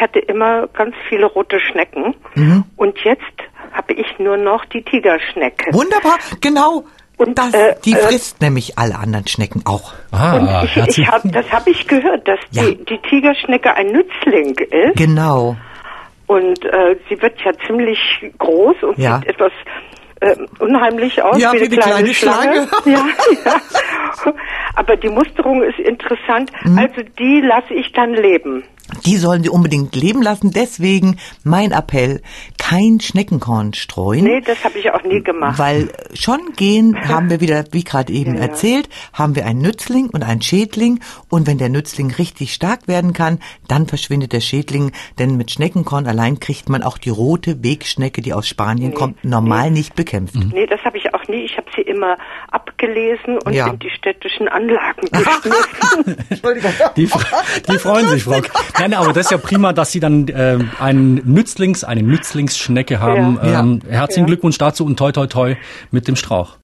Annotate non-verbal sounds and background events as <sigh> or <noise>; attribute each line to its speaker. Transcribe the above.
Speaker 1: hatte immer ganz viele rote Schnecken. Mhm. Und jetzt habe ich nur noch die Tigerschnecke.
Speaker 2: Wunderbar, genau. Und das, äh, die frisst äh, nämlich alle anderen Schnecken auch.
Speaker 1: Ah, ich, ich hab, das habe ich gehört, dass ja. die, die, Tigerschnecke ein Nützling ist.
Speaker 2: Genau.
Speaker 1: Und äh, sie wird ja ziemlich groß und ja. sieht etwas ähm, unheimlich aus
Speaker 2: ja, wie, wie eine kleine, kleine Schlange. Schlange.
Speaker 1: Ja, ja. <laughs> Aber die Musterung ist interessant. Mhm. Also die lasse ich dann leben.
Speaker 2: Die sollen sie unbedingt leben lassen. Deswegen mein Appell, kein Schneckenkorn streuen.
Speaker 1: Nee, das habe ich auch nie gemacht.
Speaker 2: Weil schon gehen, haben wir wieder, wie gerade eben ja, erzählt, haben wir einen Nützling und einen Schädling. Und wenn der Nützling richtig stark werden kann, dann verschwindet der Schädling. Denn mit Schneckenkorn allein kriegt man auch die rote Wegschnecke, die aus Spanien nee, kommt, normal nee. nicht bekämpft.
Speaker 1: Nee, das habe ich auch nie. Ich habe sie immer abgelesen und ja. in die städtischen Anlagen geschmissen.
Speaker 3: Entschuldigung. Die,
Speaker 1: <laughs>
Speaker 3: die freuen sich, Frau. Nein, aber das ist ja prima, dass Sie dann äh, einen Ähm, Nützlings, eine Nützlingsschnecke haben. Ja. Ähm, herzlichen ja. Glückwunsch dazu und toi toi toi mit dem Strauch.